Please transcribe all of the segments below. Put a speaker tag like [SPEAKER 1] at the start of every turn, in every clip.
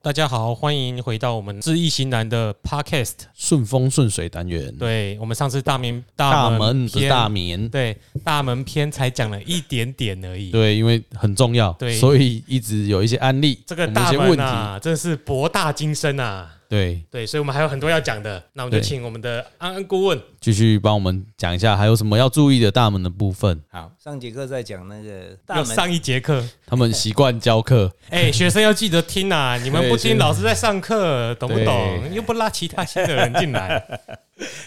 [SPEAKER 1] 大家好，欢迎回到我们知易行难的 Podcast。
[SPEAKER 2] 顺风顺水单元，
[SPEAKER 1] 对我们上次大明
[SPEAKER 2] 大
[SPEAKER 1] 门
[SPEAKER 2] 门不是
[SPEAKER 1] 篇
[SPEAKER 2] 大眠，
[SPEAKER 1] 对大门篇才讲了一点点而已。
[SPEAKER 2] 对，因为很重要
[SPEAKER 1] 对，
[SPEAKER 2] 所以一直有一些案例，
[SPEAKER 1] 这个
[SPEAKER 2] 我们一
[SPEAKER 1] 大
[SPEAKER 2] 些
[SPEAKER 1] 门
[SPEAKER 2] 问题，
[SPEAKER 1] 啊，真是博大精深啊。
[SPEAKER 2] 对，
[SPEAKER 1] 对，所以我们还有很多要讲的。那我们就
[SPEAKER 2] 对
[SPEAKER 1] 请我们的安安顾问。
[SPEAKER 2] 继续帮我们讲一下还有什么要注意的大门的部分。
[SPEAKER 3] 好，上节课在讲那个大
[SPEAKER 1] 有
[SPEAKER 3] 门
[SPEAKER 1] 上一节课，
[SPEAKER 2] 他们习惯教课，
[SPEAKER 1] 哎，学生要记得听 啊！你们不
[SPEAKER 2] 对
[SPEAKER 1] 听，
[SPEAKER 2] 是
[SPEAKER 1] 老师在上课，懂不懂？
[SPEAKER 2] 对
[SPEAKER 1] 又不拉其他新的人进 来。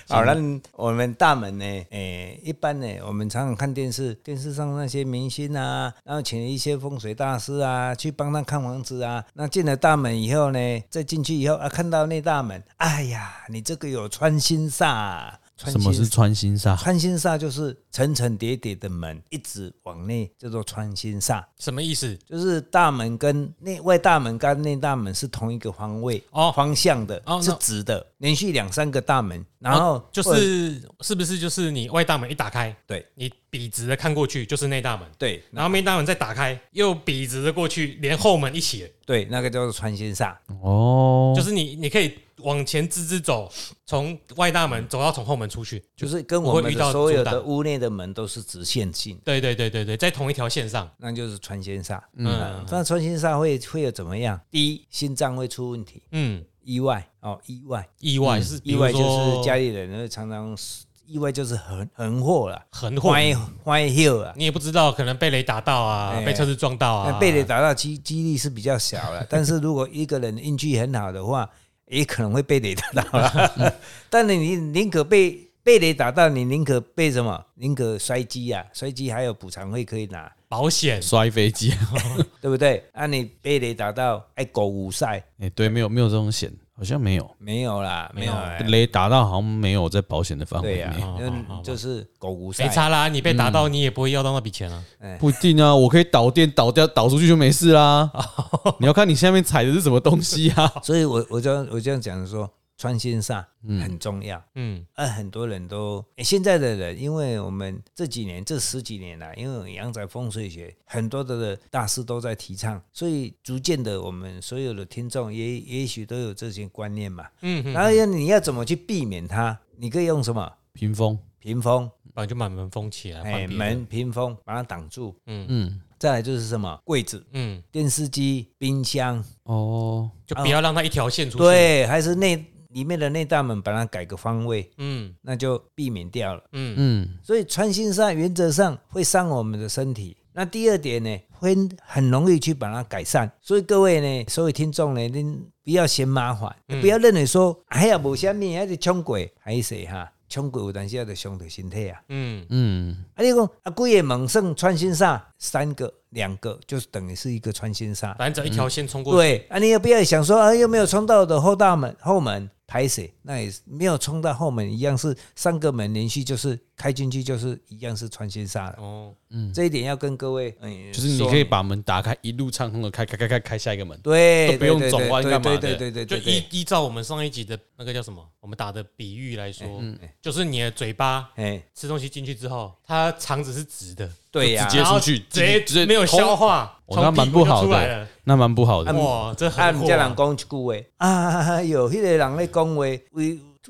[SPEAKER 3] 好，那我们大门呢？诶、一般呢，我们常常看电视，电视上那些明星啊，然后请一些风水大师啊，去帮他看房子啊。那进了大门以后呢，再进去以后啊，看到那大门，哎呀，你这个有穿心煞、啊。穿
[SPEAKER 2] 什
[SPEAKER 3] 心
[SPEAKER 2] 么是穿心煞？
[SPEAKER 3] 穿心煞？就是层层叠叠的门，一直往内，叫做穿心煞。
[SPEAKER 1] 什么意思？
[SPEAKER 3] 就是大门跟内外大门跟内大门是同一个方位
[SPEAKER 1] 哦
[SPEAKER 3] 方向的，
[SPEAKER 1] 哦
[SPEAKER 3] 是
[SPEAKER 1] 那哦
[SPEAKER 3] 直的，连续两三个大门，然后、
[SPEAKER 1] 就
[SPEAKER 3] 或者
[SPEAKER 1] 是是不是就是你外大门一打开，
[SPEAKER 3] 对
[SPEAKER 1] 你笔直的看过去就是内大门，
[SPEAKER 3] 对
[SPEAKER 1] 然后内大门再打开又笔直的过去，连后门一起了，
[SPEAKER 3] 对，那个叫做穿心煞，
[SPEAKER 1] 嗯
[SPEAKER 2] 哦，
[SPEAKER 1] 就是你你可以往前直直走，从外大门走到从后门出去。
[SPEAKER 3] 就是跟
[SPEAKER 1] 不
[SPEAKER 3] 我
[SPEAKER 1] 会
[SPEAKER 3] 们
[SPEAKER 1] 遇到
[SPEAKER 3] 的所有
[SPEAKER 1] 阻
[SPEAKER 3] 的
[SPEAKER 1] 挡
[SPEAKER 3] 屋内的门都是直线性，
[SPEAKER 1] 对对对对对，在同一条线上。
[SPEAKER 3] 那就是穿心煞。啊
[SPEAKER 1] 嗯
[SPEAKER 3] 那穿心煞会会有怎么样？第一，心脏会出问题，
[SPEAKER 1] 嗯，
[SPEAKER 3] 意外哦，意外，
[SPEAKER 1] 意外是比
[SPEAKER 3] 意
[SPEAKER 1] 如说
[SPEAKER 3] 外就是家里人会常常意外就是横横祸了，
[SPEAKER 1] 横祸，
[SPEAKER 3] 坏坏祸啊。
[SPEAKER 1] 你也不知道可能被雷打到啊，
[SPEAKER 3] 哎
[SPEAKER 1] 被车子撞到
[SPEAKER 3] 那
[SPEAKER 1] 啊，
[SPEAKER 3] 被雷打到几几率是比较小了， 但是如果一个人运气很好的话，也可能会被雷打到了。 但是你宁可被被雷打到，你宁可被什么？宁可摔机啊，摔机还有补偿费可以拿，
[SPEAKER 1] 保险
[SPEAKER 2] 摔飞机。
[SPEAKER 3] 对不对？啊，你被雷打到，哎，狗无赛
[SPEAKER 2] 哎，对，没有没有这种险，好像没有。
[SPEAKER 3] 没有啦，没有啦。
[SPEAKER 2] 雷达到好像没有在保险的范
[SPEAKER 3] 哎对
[SPEAKER 2] 围
[SPEAKER 3] 呀、
[SPEAKER 2] 内，
[SPEAKER 1] 好哦好好
[SPEAKER 3] 嗯，就是狗无赛
[SPEAKER 1] 没。差啦，你被打到你也不会要到那笔钱啊。
[SPEAKER 2] 不一定啊。我可以导电导掉导出去就没事啦。你要看你下面踩的是什么东西啊。
[SPEAKER 3] 所以我我这样我这样讲说，穿心煞很重要。
[SPEAKER 1] 嗯，
[SPEAKER 3] 呃，很多人都、诶现在的人，因为我们这几年这十几年来、因为阳宅风水学，很多的大师都在提倡，所以逐渐的，我们所有的听众也也许都有这些观念嘛。
[SPEAKER 1] 嗯
[SPEAKER 3] 然后要你要怎么去避免它？你可以用什么
[SPEAKER 2] 屏风，
[SPEAKER 3] 屏风？
[SPEAKER 1] 不然就把门封起来，
[SPEAKER 3] 哎、
[SPEAKER 1] 换别的
[SPEAKER 3] 门屏风把它挡住。
[SPEAKER 2] 嗯，
[SPEAKER 3] 再来就是什么柜子、
[SPEAKER 1] 嗯，
[SPEAKER 3] 电视机、冰箱，
[SPEAKER 2] 哦，
[SPEAKER 1] 就不要让它一条线出去。，
[SPEAKER 3] 对，还是内里面的内大门，把它改个方位，
[SPEAKER 1] 嗯
[SPEAKER 3] 那就避免掉了。
[SPEAKER 1] 嗯
[SPEAKER 2] 嗯，
[SPEAKER 3] 所以穿心煞原则上会伤我们的身体。那第二点呢，会很容易去把它改善。所以各位呢，所有听众呢，您不要嫌麻烦，不要认为说，哎呀，无虾米，还是冲鬼，还是哈，冲鬼有当时也得伤着身体啊。
[SPEAKER 1] 嗯，
[SPEAKER 2] 嗯，
[SPEAKER 3] 啊，你讲啊，贵也猛胜穿心煞三个两个，就是等于是一个穿心煞。
[SPEAKER 1] 反正只要一条线冲过去，
[SPEAKER 3] 对啊，你也不要想说啊，又没有冲到我的后大门后门排水，那也是没有冲到后门，一样是三个门连续就是开进去就是一样是穿心煞了。
[SPEAKER 1] 哦，
[SPEAKER 3] 这一点要跟各位，嗯，
[SPEAKER 2] 嗯就是你
[SPEAKER 3] 说
[SPEAKER 2] 可以把门打开，一路畅通的开开开开开下一个门。
[SPEAKER 3] 对
[SPEAKER 2] 都不用
[SPEAKER 3] 对对
[SPEAKER 2] 转弯
[SPEAKER 3] 对
[SPEAKER 2] 干嘛
[SPEAKER 3] 对
[SPEAKER 2] 的
[SPEAKER 3] 对对对
[SPEAKER 1] 就
[SPEAKER 3] 对
[SPEAKER 1] 依
[SPEAKER 3] 对，
[SPEAKER 1] 依照我们上一集的那个叫什么，我们打的比喻来说，就是你的嘴巴
[SPEAKER 3] 哎，
[SPEAKER 1] 吃东西进去之后，它肠子是直的，
[SPEAKER 3] 对呀啊
[SPEAKER 2] 直，接
[SPEAKER 1] 然后
[SPEAKER 2] 出去直
[SPEAKER 1] 直
[SPEAKER 2] 接
[SPEAKER 1] 接没有消化，
[SPEAKER 2] 哦那
[SPEAKER 1] 从
[SPEAKER 2] 蛮
[SPEAKER 1] 屁
[SPEAKER 2] 不
[SPEAKER 1] 股就
[SPEAKER 2] 好
[SPEAKER 1] 出来
[SPEAKER 2] 的
[SPEAKER 1] 了。，
[SPEAKER 2] 那蛮不好的。
[SPEAKER 1] 哇，这
[SPEAKER 3] 啊，
[SPEAKER 1] 很
[SPEAKER 3] 毋
[SPEAKER 1] 火
[SPEAKER 3] 则人
[SPEAKER 1] 啊。
[SPEAKER 3] 讲一句话，啊，有迄个人咧讲话，话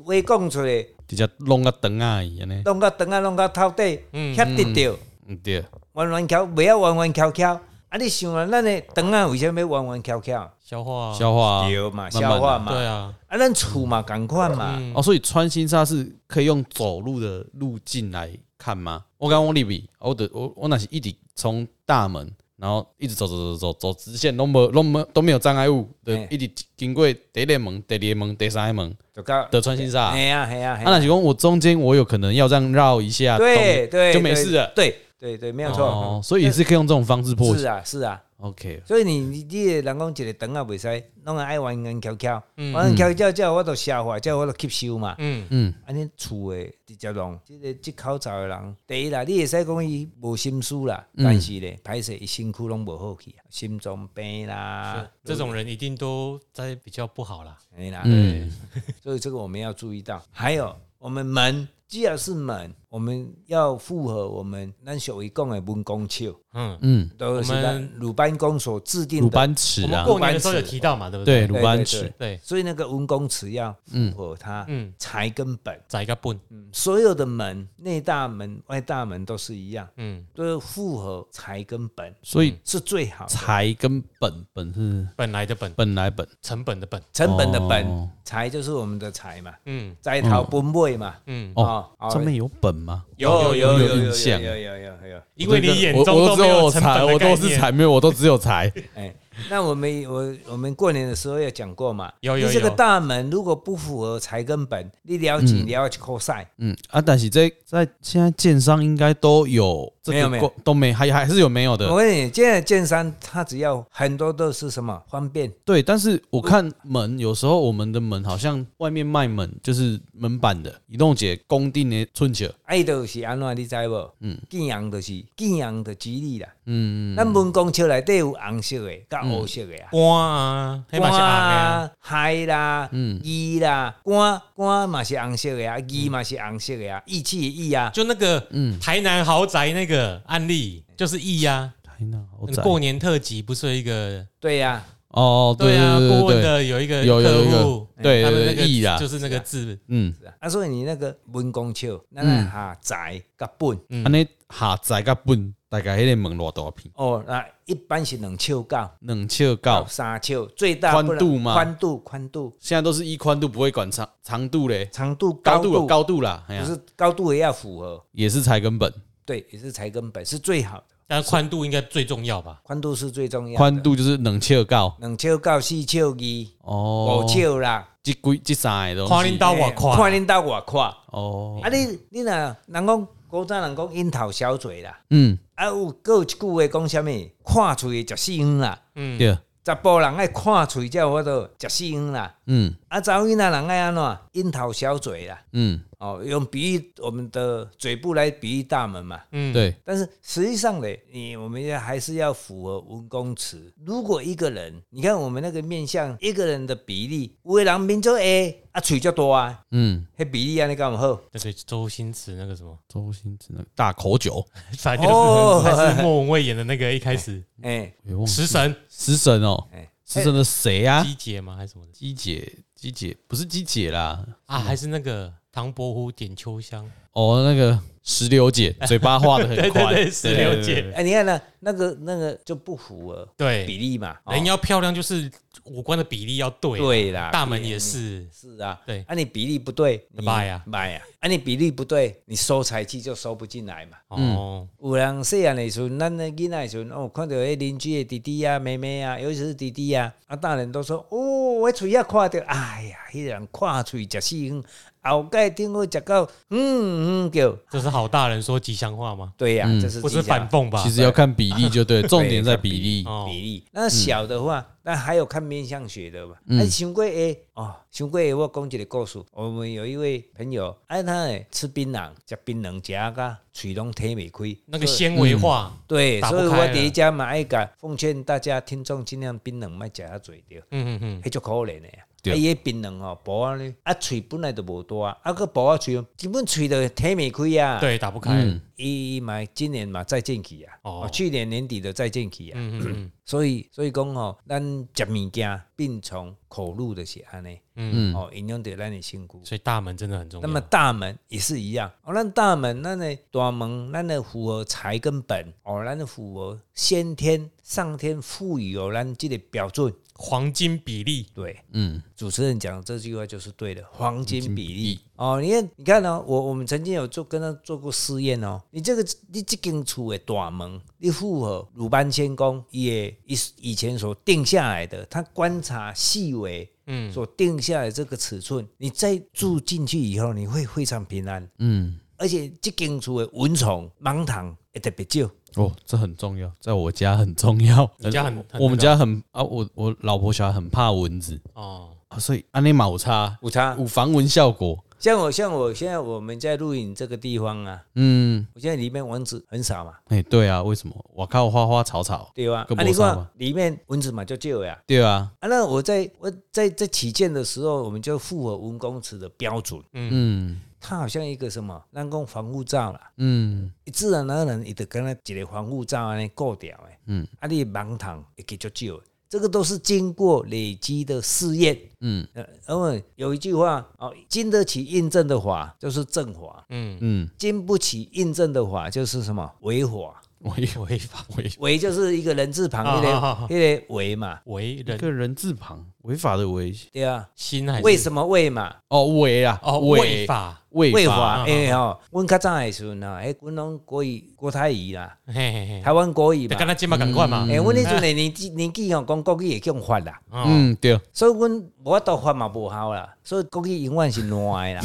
[SPEAKER 3] 话讲出来，
[SPEAKER 2] 直接弄个灯啊一样呢。
[SPEAKER 3] 弄到肠啊，弄到头底，吓得着，
[SPEAKER 2] 嗯对，
[SPEAKER 3] 弯弯翘，袂晓弯弯翘翘。啊，你想啊，咱的肠啊，为什么要弯弯翘翘？
[SPEAKER 1] 消化啊，
[SPEAKER 2] 消化啊
[SPEAKER 3] 对嘛，
[SPEAKER 2] 慢慢啊
[SPEAKER 3] 消化嘛，
[SPEAKER 1] 对嗯啊，
[SPEAKER 3] 啊，咱厝嘛，共款嘛，
[SPEAKER 2] 哦，所以穿心煞是可以用走路的路径来看吗？我刚刚我里比，我的我我那是一直从大门，然后一直走走走走走直线，都没都没都没有障碍物，对
[SPEAKER 3] 嘿，
[SPEAKER 2] 一直经过第一个门、第二个门、第三个门
[SPEAKER 3] 就到
[SPEAKER 2] 的穿心煞。啊，
[SPEAKER 3] 嘿啊嘿啊嘿
[SPEAKER 2] 那
[SPEAKER 3] 啊，
[SPEAKER 2] 是讲我中间我有可能要这样绕一下，
[SPEAKER 3] 对
[SPEAKER 2] 动
[SPEAKER 3] 对，
[SPEAKER 2] 就没
[SPEAKER 3] 对
[SPEAKER 2] 事了。
[SPEAKER 3] 对对对，没有错
[SPEAKER 2] 哦，，所以也是可以用这种方式破
[SPEAKER 3] 是
[SPEAKER 2] 解。
[SPEAKER 3] 啊是啊，
[SPEAKER 2] OK，
[SPEAKER 3] 所以你你你的人讲一个肠啊袂使，拢爱弯弯翘翘，弯弯翘翘之后我都消化，之后我都吸收嘛。
[SPEAKER 1] 嗯，
[SPEAKER 2] 嗯，
[SPEAKER 3] 安尼厝的直接弄，即个即口罩的人，第一啦，你会使讲伊无心思啦，
[SPEAKER 2] 嗯
[SPEAKER 3] 但是咧，歹势伊身躯拢无好去，心脏病啦，
[SPEAKER 1] 这种人一定都在比较不好啦。
[SPEAKER 3] 哎啦，
[SPEAKER 2] 嗯，
[SPEAKER 3] 所以这个我们要注意到。还有我们门，只要是门，我们要符合我们咱属于讲的文工秀，
[SPEAKER 1] 嗯，
[SPEAKER 2] 嗯，
[SPEAKER 3] 都是
[SPEAKER 1] 我们
[SPEAKER 3] 咱鲁班公所制定
[SPEAKER 2] 鲁
[SPEAKER 3] 的，
[SPEAKER 2] 班尺
[SPEAKER 1] 我们
[SPEAKER 2] 啊，
[SPEAKER 1] 过年的时候有提到嘛，对不
[SPEAKER 2] 对，
[SPEAKER 1] 对？
[SPEAKER 2] 鲁班
[SPEAKER 3] 对对
[SPEAKER 2] 尺，
[SPEAKER 1] 对，
[SPEAKER 3] 所以那个文工词要符合它
[SPEAKER 1] 嗯，
[SPEAKER 3] 才跟本。
[SPEAKER 1] 宰一个笨，
[SPEAKER 3] 嗯所有的门，内大门、外大门都是一样，
[SPEAKER 1] 嗯，
[SPEAKER 3] 都是符合才跟本
[SPEAKER 2] 所以
[SPEAKER 3] 是最好的。
[SPEAKER 2] 财跟本本是
[SPEAKER 1] 本来的本，
[SPEAKER 2] 本来本，
[SPEAKER 1] 成本的本，
[SPEAKER 3] 成本的本
[SPEAKER 2] 哦，
[SPEAKER 3] 财就是我们的财嘛，
[SPEAKER 1] 嗯
[SPEAKER 3] 在逃本位嘛。
[SPEAKER 1] 嗯，
[SPEAKER 2] 哦
[SPEAKER 3] 哦，
[SPEAKER 2] 上面有本吗？
[SPEAKER 3] 有有有有
[SPEAKER 2] 印象
[SPEAKER 3] 有有有有。
[SPEAKER 1] 因为你眼中
[SPEAKER 2] 我
[SPEAKER 1] 都
[SPEAKER 2] 我只
[SPEAKER 1] 没有
[SPEAKER 2] 有
[SPEAKER 1] 成
[SPEAKER 2] 财，
[SPEAKER 1] 本的
[SPEAKER 2] 我
[SPEAKER 1] 概
[SPEAKER 2] 都是
[SPEAKER 1] 念，
[SPEAKER 2] 财，没有我都只有财。
[SPEAKER 3] 哎，那我们我我们过年的时候也讲过嘛，
[SPEAKER 1] 有有
[SPEAKER 3] 你这个
[SPEAKER 1] 有
[SPEAKER 3] 大门如果不符合财跟本，你了解你要去扣赛，
[SPEAKER 2] 嗯啊，但是在在现在建商应该都有这
[SPEAKER 3] 没有
[SPEAKER 2] 个
[SPEAKER 3] 没有
[SPEAKER 2] 过都没还还是有没有
[SPEAKER 3] 我
[SPEAKER 2] 的，
[SPEAKER 3] 问你，现在建商他只要很多都是什么方便，
[SPEAKER 2] 对。但是我看门有时候我们的门好像外面卖门就是门板的，移动姐工地的寸尺，
[SPEAKER 3] 爱就是安怎，你知无？嗯
[SPEAKER 2] 嗯，
[SPEAKER 3] 建阳就是建阳的吉利啦。
[SPEAKER 2] 嗯，
[SPEAKER 3] 咱文工车内底有红色的，甲黑色的啊。
[SPEAKER 1] 光啊，黑马是
[SPEAKER 3] 瓜
[SPEAKER 1] 啊，
[SPEAKER 3] 啊，海啦，嗯，衣啦，瓜瓜嘛是红色的啊，衣嘛是红色的啊，义气的义啊，
[SPEAKER 1] 就那个
[SPEAKER 2] 嗯
[SPEAKER 1] 台南豪宅那个案例，就是易呀。
[SPEAKER 2] 台南豪
[SPEAKER 1] 那
[SPEAKER 2] 宅
[SPEAKER 1] 个过年特辑不是有一个
[SPEAKER 3] 对呀，
[SPEAKER 2] 哦，
[SPEAKER 1] 对
[SPEAKER 2] 对
[SPEAKER 1] 啊，
[SPEAKER 2] 对
[SPEAKER 1] 顾
[SPEAKER 2] 对
[SPEAKER 1] 问
[SPEAKER 2] 对，
[SPEAKER 1] 的有一个
[SPEAKER 2] 有有
[SPEAKER 1] 客
[SPEAKER 2] 有呃啊一个
[SPEAKER 1] 户，哎
[SPEAKER 2] 对
[SPEAKER 1] 他
[SPEAKER 2] 对
[SPEAKER 1] 们
[SPEAKER 2] 对
[SPEAKER 1] 那个
[SPEAKER 2] 易啦
[SPEAKER 1] 就是那个字，
[SPEAKER 2] 嗯，
[SPEAKER 3] 是啊啊，所以你那个文工车，咱那下宅甲本
[SPEAKER 1] 嗯
[SPEAKER 2] 安尼下宅甲本大概迄个门偌大片，
[SPEAKER 3] 哦，那一般是两尺高，
[SPEAKER 2] 两尺高，
[SPEAKER 3] 三尺，最大
[SPEAKER 2] 宽
[SPEAKER 3] 不能
[SPEAKER 2] 度吗
[SPEAKER 3] 宽度，宽度，
[SPEAKER 2] 现在都是一宽度不会管长长度嘞，
[SPEAKER 3] 长度，
[SPEAKER 2] 高
[SPEAKER 3] 度，
[SPEAKER 2] 度高度啦，哎
[SPEAKER 3] 不
[SPEAKER 2] 呀，
[SPEAKER 3] 是高度也要符合，
[SPEAKER 2] 也是财根本，
[SPEAKER 3] 对，也是才根本是最好的，
[SPEAKER 1] 但是宽度应该最重要吧？
[SPEAKER 3] 宽度是最重要的，
[SPEAKER 2] 宽度就是两尺高
[SPEAKER 3] 两尺到四尺二，
[SPEAKER 2] 哦，
[SPEAKER 3] 五尺啦。
[SPEAKER 2] 即几即三个
[SPEAKER 1] 宽
[SPEAKER 2] 东
[SPEAKER 1] 领
[SPEAKER 2] 西
[SPEAKER 1] 到我
[SPEAKER 3] 哎
[SPEAKER 1] 宽，
[SPEAKER 3] 看恁到外看。啊
[SPEAKER 2] 哦，
[SPEAKER 3] 你你若人讲古早人讲樱桃小嘴啦，
[SPEAKER 2] 嗯，
[SPEAKER 3] 啊有搁有一句话讲啥物？看喙食四远啦，
[SPEAKER 1] 嗯，
[SPEAKER 2] 对，
[SPEAKER 3] 十甫人爱看喙才有法度食四远啦。
[SPEAKER 2] 嗯
[SPEAKER 3] 啊，查某囡仔人爱安怎？樱桃小嘴啦，
[SPEAKER 2] 嗯，
[SPEAKER 3] 哦，用比喻我们的嘴部来比喻大门嘛。
[SPEAKER 1] 嗯，
[SPEAKER 2] 对，
[SPEAKER 3] 但是实际上呢，你我们要还是要符合文公尺。如果一个人，你看我们那个面向一个人的比例，有的人面做 A 啊，嘴较多啊，
[SPEAKER 2] 嗯，
[SPEAKER 3] 迄比例安尼干唔好？
[SPEAKER 1] 对对，周星驰那个什么，
[SPEAKER 2] 周星驰那个大口酒，
[SPEAKER 1] 反正就
[SPEAKER 3] 哦
[SPEAKER 1] 是还是莫文蔚演的那个一开始
[SPEAKER 3] 哎、
[SPEAKER 2] 我也忘了
[SPEAKER 1] 食神
[SPEAKER 2] 食神哦，
[SPEAKER 3] 哎
[SPEAKER 2] 食神的谁啊？
[SPEAKER 1] 鸡姐吗？还是什么的
[SPEAKER 2] 鸡姐，鸡姐不是鸡姐啦，
[SPEAKER 1] 啊？还是那个唐伯虎点秋香？
[SPEAKER 2] 哦，那个石 榴姐嘴巴画的很
[SPEAKER 1] 对对
[SPEAKER 2] 宽，
[SPEAKER 1] 对，石榴
[SPEAKER 2] 对，
[SPEAKER 1] 姐，
[SPEAKER 3] 哎，你看呢，那个那个就不符合比
[SPEAKER 1] 对，
[SPEAKER 3] 例嘛。哦
[SPEAKER 1] 人要漂亮就是五官的比例要对，啊
[SPEAKER 3] 对啦，
[SPEAKER 1] 大门也是，
[SPEAKER 3] 是啊，
[SPEAKER 1] 对
[SPEAKER 3] 啊，你比例不对，你
[SPEAKER 1] 卖呀
[SPEAKER 3] 卖呀，啊，你比例不对，你收财气就收不进来嘛。
[SPEAKER 2] 嗯
[SPEAKER 1] 哦，
[SPEAKER 3] 有人细汉的时阵，咱的囡仔的时阵，哦，看到迄邻居的弟弟啊、妹妹啊，尤其是弟弟啊，啊，大人都说，哦，我嘴啊看到，哎呀，迄个人看嘴食四远，后盖顶好食到，嗯嗯叫，
[SPEAKER 1] 这是好大人说吉祥话吗？
[SPEAKER 3] 对呀、这是
[SPEAKER 1] 不是
[SPEAKER 3] 自家
[SPEAKER 1] 反讽吧
[SPEAKER 2] 其？实要看比例 就对，重点在比例。
[SPEAKER 1] 哦
[SPEAKER 3] 比例。那小的话，那还有看面相学的嘛？哎那熊贵 A 哦，熊贵 A 我讲一个故事，我们有一位朋友，哎、他诶吃槟榔，食槟榔食啊，嘴拢提袂开。
[SPEAKER 1] 那个纤维化，
[SPEAKER 3] 对，
[SPEAKER 1] 打不
[SPEAKER 3] 所以我
[SPEAKER 1] 开了
[SPEAKER 3] 第一家嘛爱甲奉劝大家听众尽量槟榔莫食啊嘴着，
[SPEAKER 1] 嗯嗯嗯，
[SPEAKER 3] 迄足可怜的啊。啊，
[SPEAKER 2] 对
[SPEAKER 3] 伊迄槟榔吼，薄啊咧，啊喙本来就无大，啊个薄啊喙，基本喙就提袂开啊。
[SPEAKER 1] 对，打不开，嗯
[SPEAKER 3] 伊嘛今年嘛再见去啊，
[SPEAKER 1] 哦
[SPEAKER 3] 哦，去年年底的再见去啊。
[SPEAKER 1] 嗯嗯
[SPEAKER 3] 所以所以讲吼、咱食物件病从口入的是安尼，
[SPEAKER 1] 嗯，
[SPEAKER 2] 嗯
[SPEAKER 3] 哦，影响到咱的身躯。
[SPEAKER 1] 所以大门真的很重
[SPEAKER 3] 那
[SPEAKER 1] 要。
[SPEAKER 3] 么大门也是一样，哦，咱大门，咱的大门，咱的符合财跟本，哦，咱的符合先天上天赋予哦，咱这个标准。
[SPEAKER 1] 黄金比例，
[SPEAKER 3] 对，
[SPEAKER 2] 嗯，
[SPEAKER 3] 主持人讲这句话就是对的，黄金比
[SPEAKER 2] 比
[SPEAKER 3] 例
[SPEAKER 2] 例
[SPEAKER 3] 哦。你看，你看哦，我我们曾经有做跟他做过试验哦。你这个你这间厝的大门，你符合鲁班仙公也以以前所定下来的，他观察细微。
[SPEAKER 1] 嗯
[SPEAKER 3] 所定下来这个尺寸，你再住进去以后，你会非常平安，
[SPEAKER 2] 嗯，
[SPEAKER 3] 而且这间厝的蚊虫、盲糖也特别少。
[SPEAKER 2] 哦，这很重要，在我家很重要。
[SPEAKER 1] 你家很很
[SPEAKER 2] 我们家很啊，我我老婆小孩很怕蚊子
[SPEAKER 1] 哦，
[SPEAKER 2] 啊，所以安尼嘛有差，
[SPEAKER 3] 有差，
[SPEAKER 2] 有防蚊效果。
[SPEAKER 3] 像我像我现在我们在录影这个地方啊，
[SPEAKER 2] 嗯，
[SPEAKER 3] 我现在里面蚊子很少嘛，
[SPEAKER 2] 哎、对啊，为什么？我靠，花花草草，
[SPEAKER 3] 对吧？
[SPEAKER 2] 跟
[SPEAKER 3] 啊，
[SPEAKER 2] 没
[SPEAKER 3] 你
[SPEAKER 2] 啥
[SPEAKER 3] 看
[SPEAKER 2] 嘛
[SPEAKER 3] 里面蚊子嘛就少呀。
[SPEAKER 2] 对啊，
[SPEAKER 3] 啊，那我在我在在起建的时候，我们就符合文公尺的标准。
[SPEAKER 2] 嗯，
[SPEAKER 3] 它好像一个什么，咱讲防护罩啦，
[SPEAKER 2] 嗯，
[SPEAKER 3] 它自然而然伊就跟它一个防护罩安尼固掉诶。
[SPEAKER 2] 嗯，
[SPEAKER 3] 啊，你的盲糖会给足少的，这个都是经过累积的试验。
[SPEAKER 2] 嗯，
[SPEAKER 3] 呃，因为有一句话哦，经得起印证的法就是正法，
[SPEAKER 1] 嗯，
[SPEAKER 2] 嗯，
[SPEAKER 3] 经不起印证的法就是什么违法。
[SPEAKER 2] 违违法违
[SPEAKER 3] 违就是一个人字旁，
[SPEAKER 1] 啊
[SPEAKER 3] 一个
[SPEAKER 1] 啊啊啊
[SPEAKER 3] 一个违嘛，
[SPEAKER 1] 为
[SPEAKER 2] 一
[SPEAKER 1] 人
[SPEAKER 2] 个人字旁，违法的违
[SPEAKER 3] 对啊。
[SPEAKER 1] 心还是
[SPEAKER 3] 为什么违嘛？
[SPEAKER 2] 哦，违啊，
[SPEAKER 1] 哦，违法，啊
[SPEAKER 2] 违
[SPEAKER 3] 为
[SPEAKER 2] 法，
[SPEAKER 3] 华，因为吼，阮较早的时阵啊，迄阮拢国语国台语啦，
[SPEAKER 1] 嘿嘿嘿，
[SPEAKER 3] 台湾国语
[SPEAKER 1] 哎
[SPEAKER 3] 嘛
[SPEAKER 1] 就。跟他嗯肩膀赶快嘛，
[SPEAKER 3] 诶，阮迄阵的年纪年纪吼，讲国语会强发啦，
[SPEAKER 1] 嗯，
[SPEAKER 2] 嗯，对，
[SPEAKER 3] 所以阮无法度发嘛无效啦，所以国语永远是烂的啦。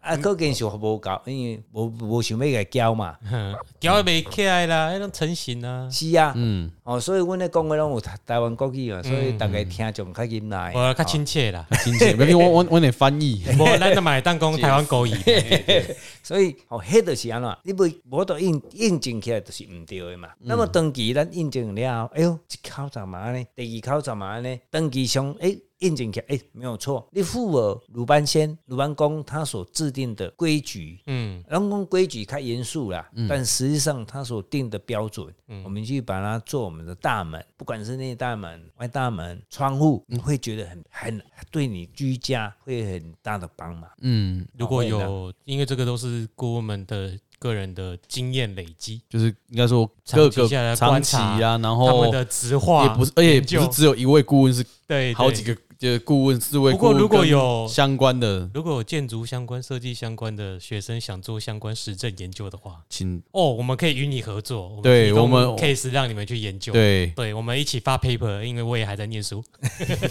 [SPEAKER 3] 啊，可见是无够，因为无无想要个教嘛。
[SPEAKER 1] 脚也袂起来啦，迄种成型啊，
[SPEAKER 3] 是啊，
[SPEAKER 2] 嗯，
[SPEAKER 3] 哦，所以阮咧讲话拢有台台湾国语啊，所以大家听就较紧来。
[SPEAKER 1] 我较
[SPEAKER 3] 哦
[SPEAKER 1] 亲切啦，
[SPEAKER 2] 亲切，没有我我我得翻 译，
[SPEAKER 1] 无咱就买当讲台湾狗语，
[SPEAKER 3] 所以哦，迄就是安怎，你袂无得印印证起来，就是毋对的嘛。那么长期咱印证了后，哎哟，一口罩嘛安尼，第二口罩嘛安尼，长期上哎印证起来，哎没有错。你符合鲁班先、鲁班公他所制定的规矩。
[SPEAKER 1] 嗯，
[SPEAKER 3] 人工规矩太严肃啦，但实际上他所定的标准，我们去把它做我们的大门，不管是内大门、外大门、窗户，你会觉得很很对你居家会很大的帮忙。
[SPEAKER 2] 嗯，
[SPEAKER 1] 如果
[SPEAKER 3] 好
[SPEAKER 1] 有，因为这个都是顾问们的个人的经验累积，
[SPEAKER 2] 就是应该说
[SPEAKER 1] 长
[SPEAKER 2] 各
[SPEAKER 1] 期
[SPEAKER 2] 个
[SPEAKER 1] 下来
[SPEAKER 2] 长
[SPEAKER 1] 观
[SPEAKER 2] 期
[SPEAKER 1] 察
[SPEAKER 2] 啊，然
[SPEAKER 1] 他
[SPEAKER 2] 后
[SPEAKER 1] 们的直化
[SPEAKER 2] 也不是，而且也
[SPEAKER 1] 研
[SPEAKER 2] 不
[SPEAKER 1] 究
[SPEAKER 2] 是只有一位顾问，是
[SPEAKER 1] 对
[SPEAKER 2] 好几
[SPEAKER 1] 个。
[SPEAKER 2] 个就是顾问，四位
[SPEAKER 1] 不
[SPEAKER 2] 顾
[SPEAKER 1] 过
[SPEAKER 2] 问
[SPEAKER 1] 如果
[SPEAKER 2] 跟
[SPEAKER 1] 有
[SPEAKER 2] 相关的，
[SPEAKER 1] 如果有建筑相关、设计相关的学生想做相关实证研究的话，
[SPEAKER 2] 请
[SPEAKER 1] 哦，我们可以与你合作，我们
[SPEAKER 2] 对
[SPEAKER 1] 提供
[SPEAKER 2] 我们
[SPEAKER 1] case 让你们去研究，
[SPEAKER 2] 对
[SPEAKER 1] 对，我们一起发 paper，因为我也还在念书，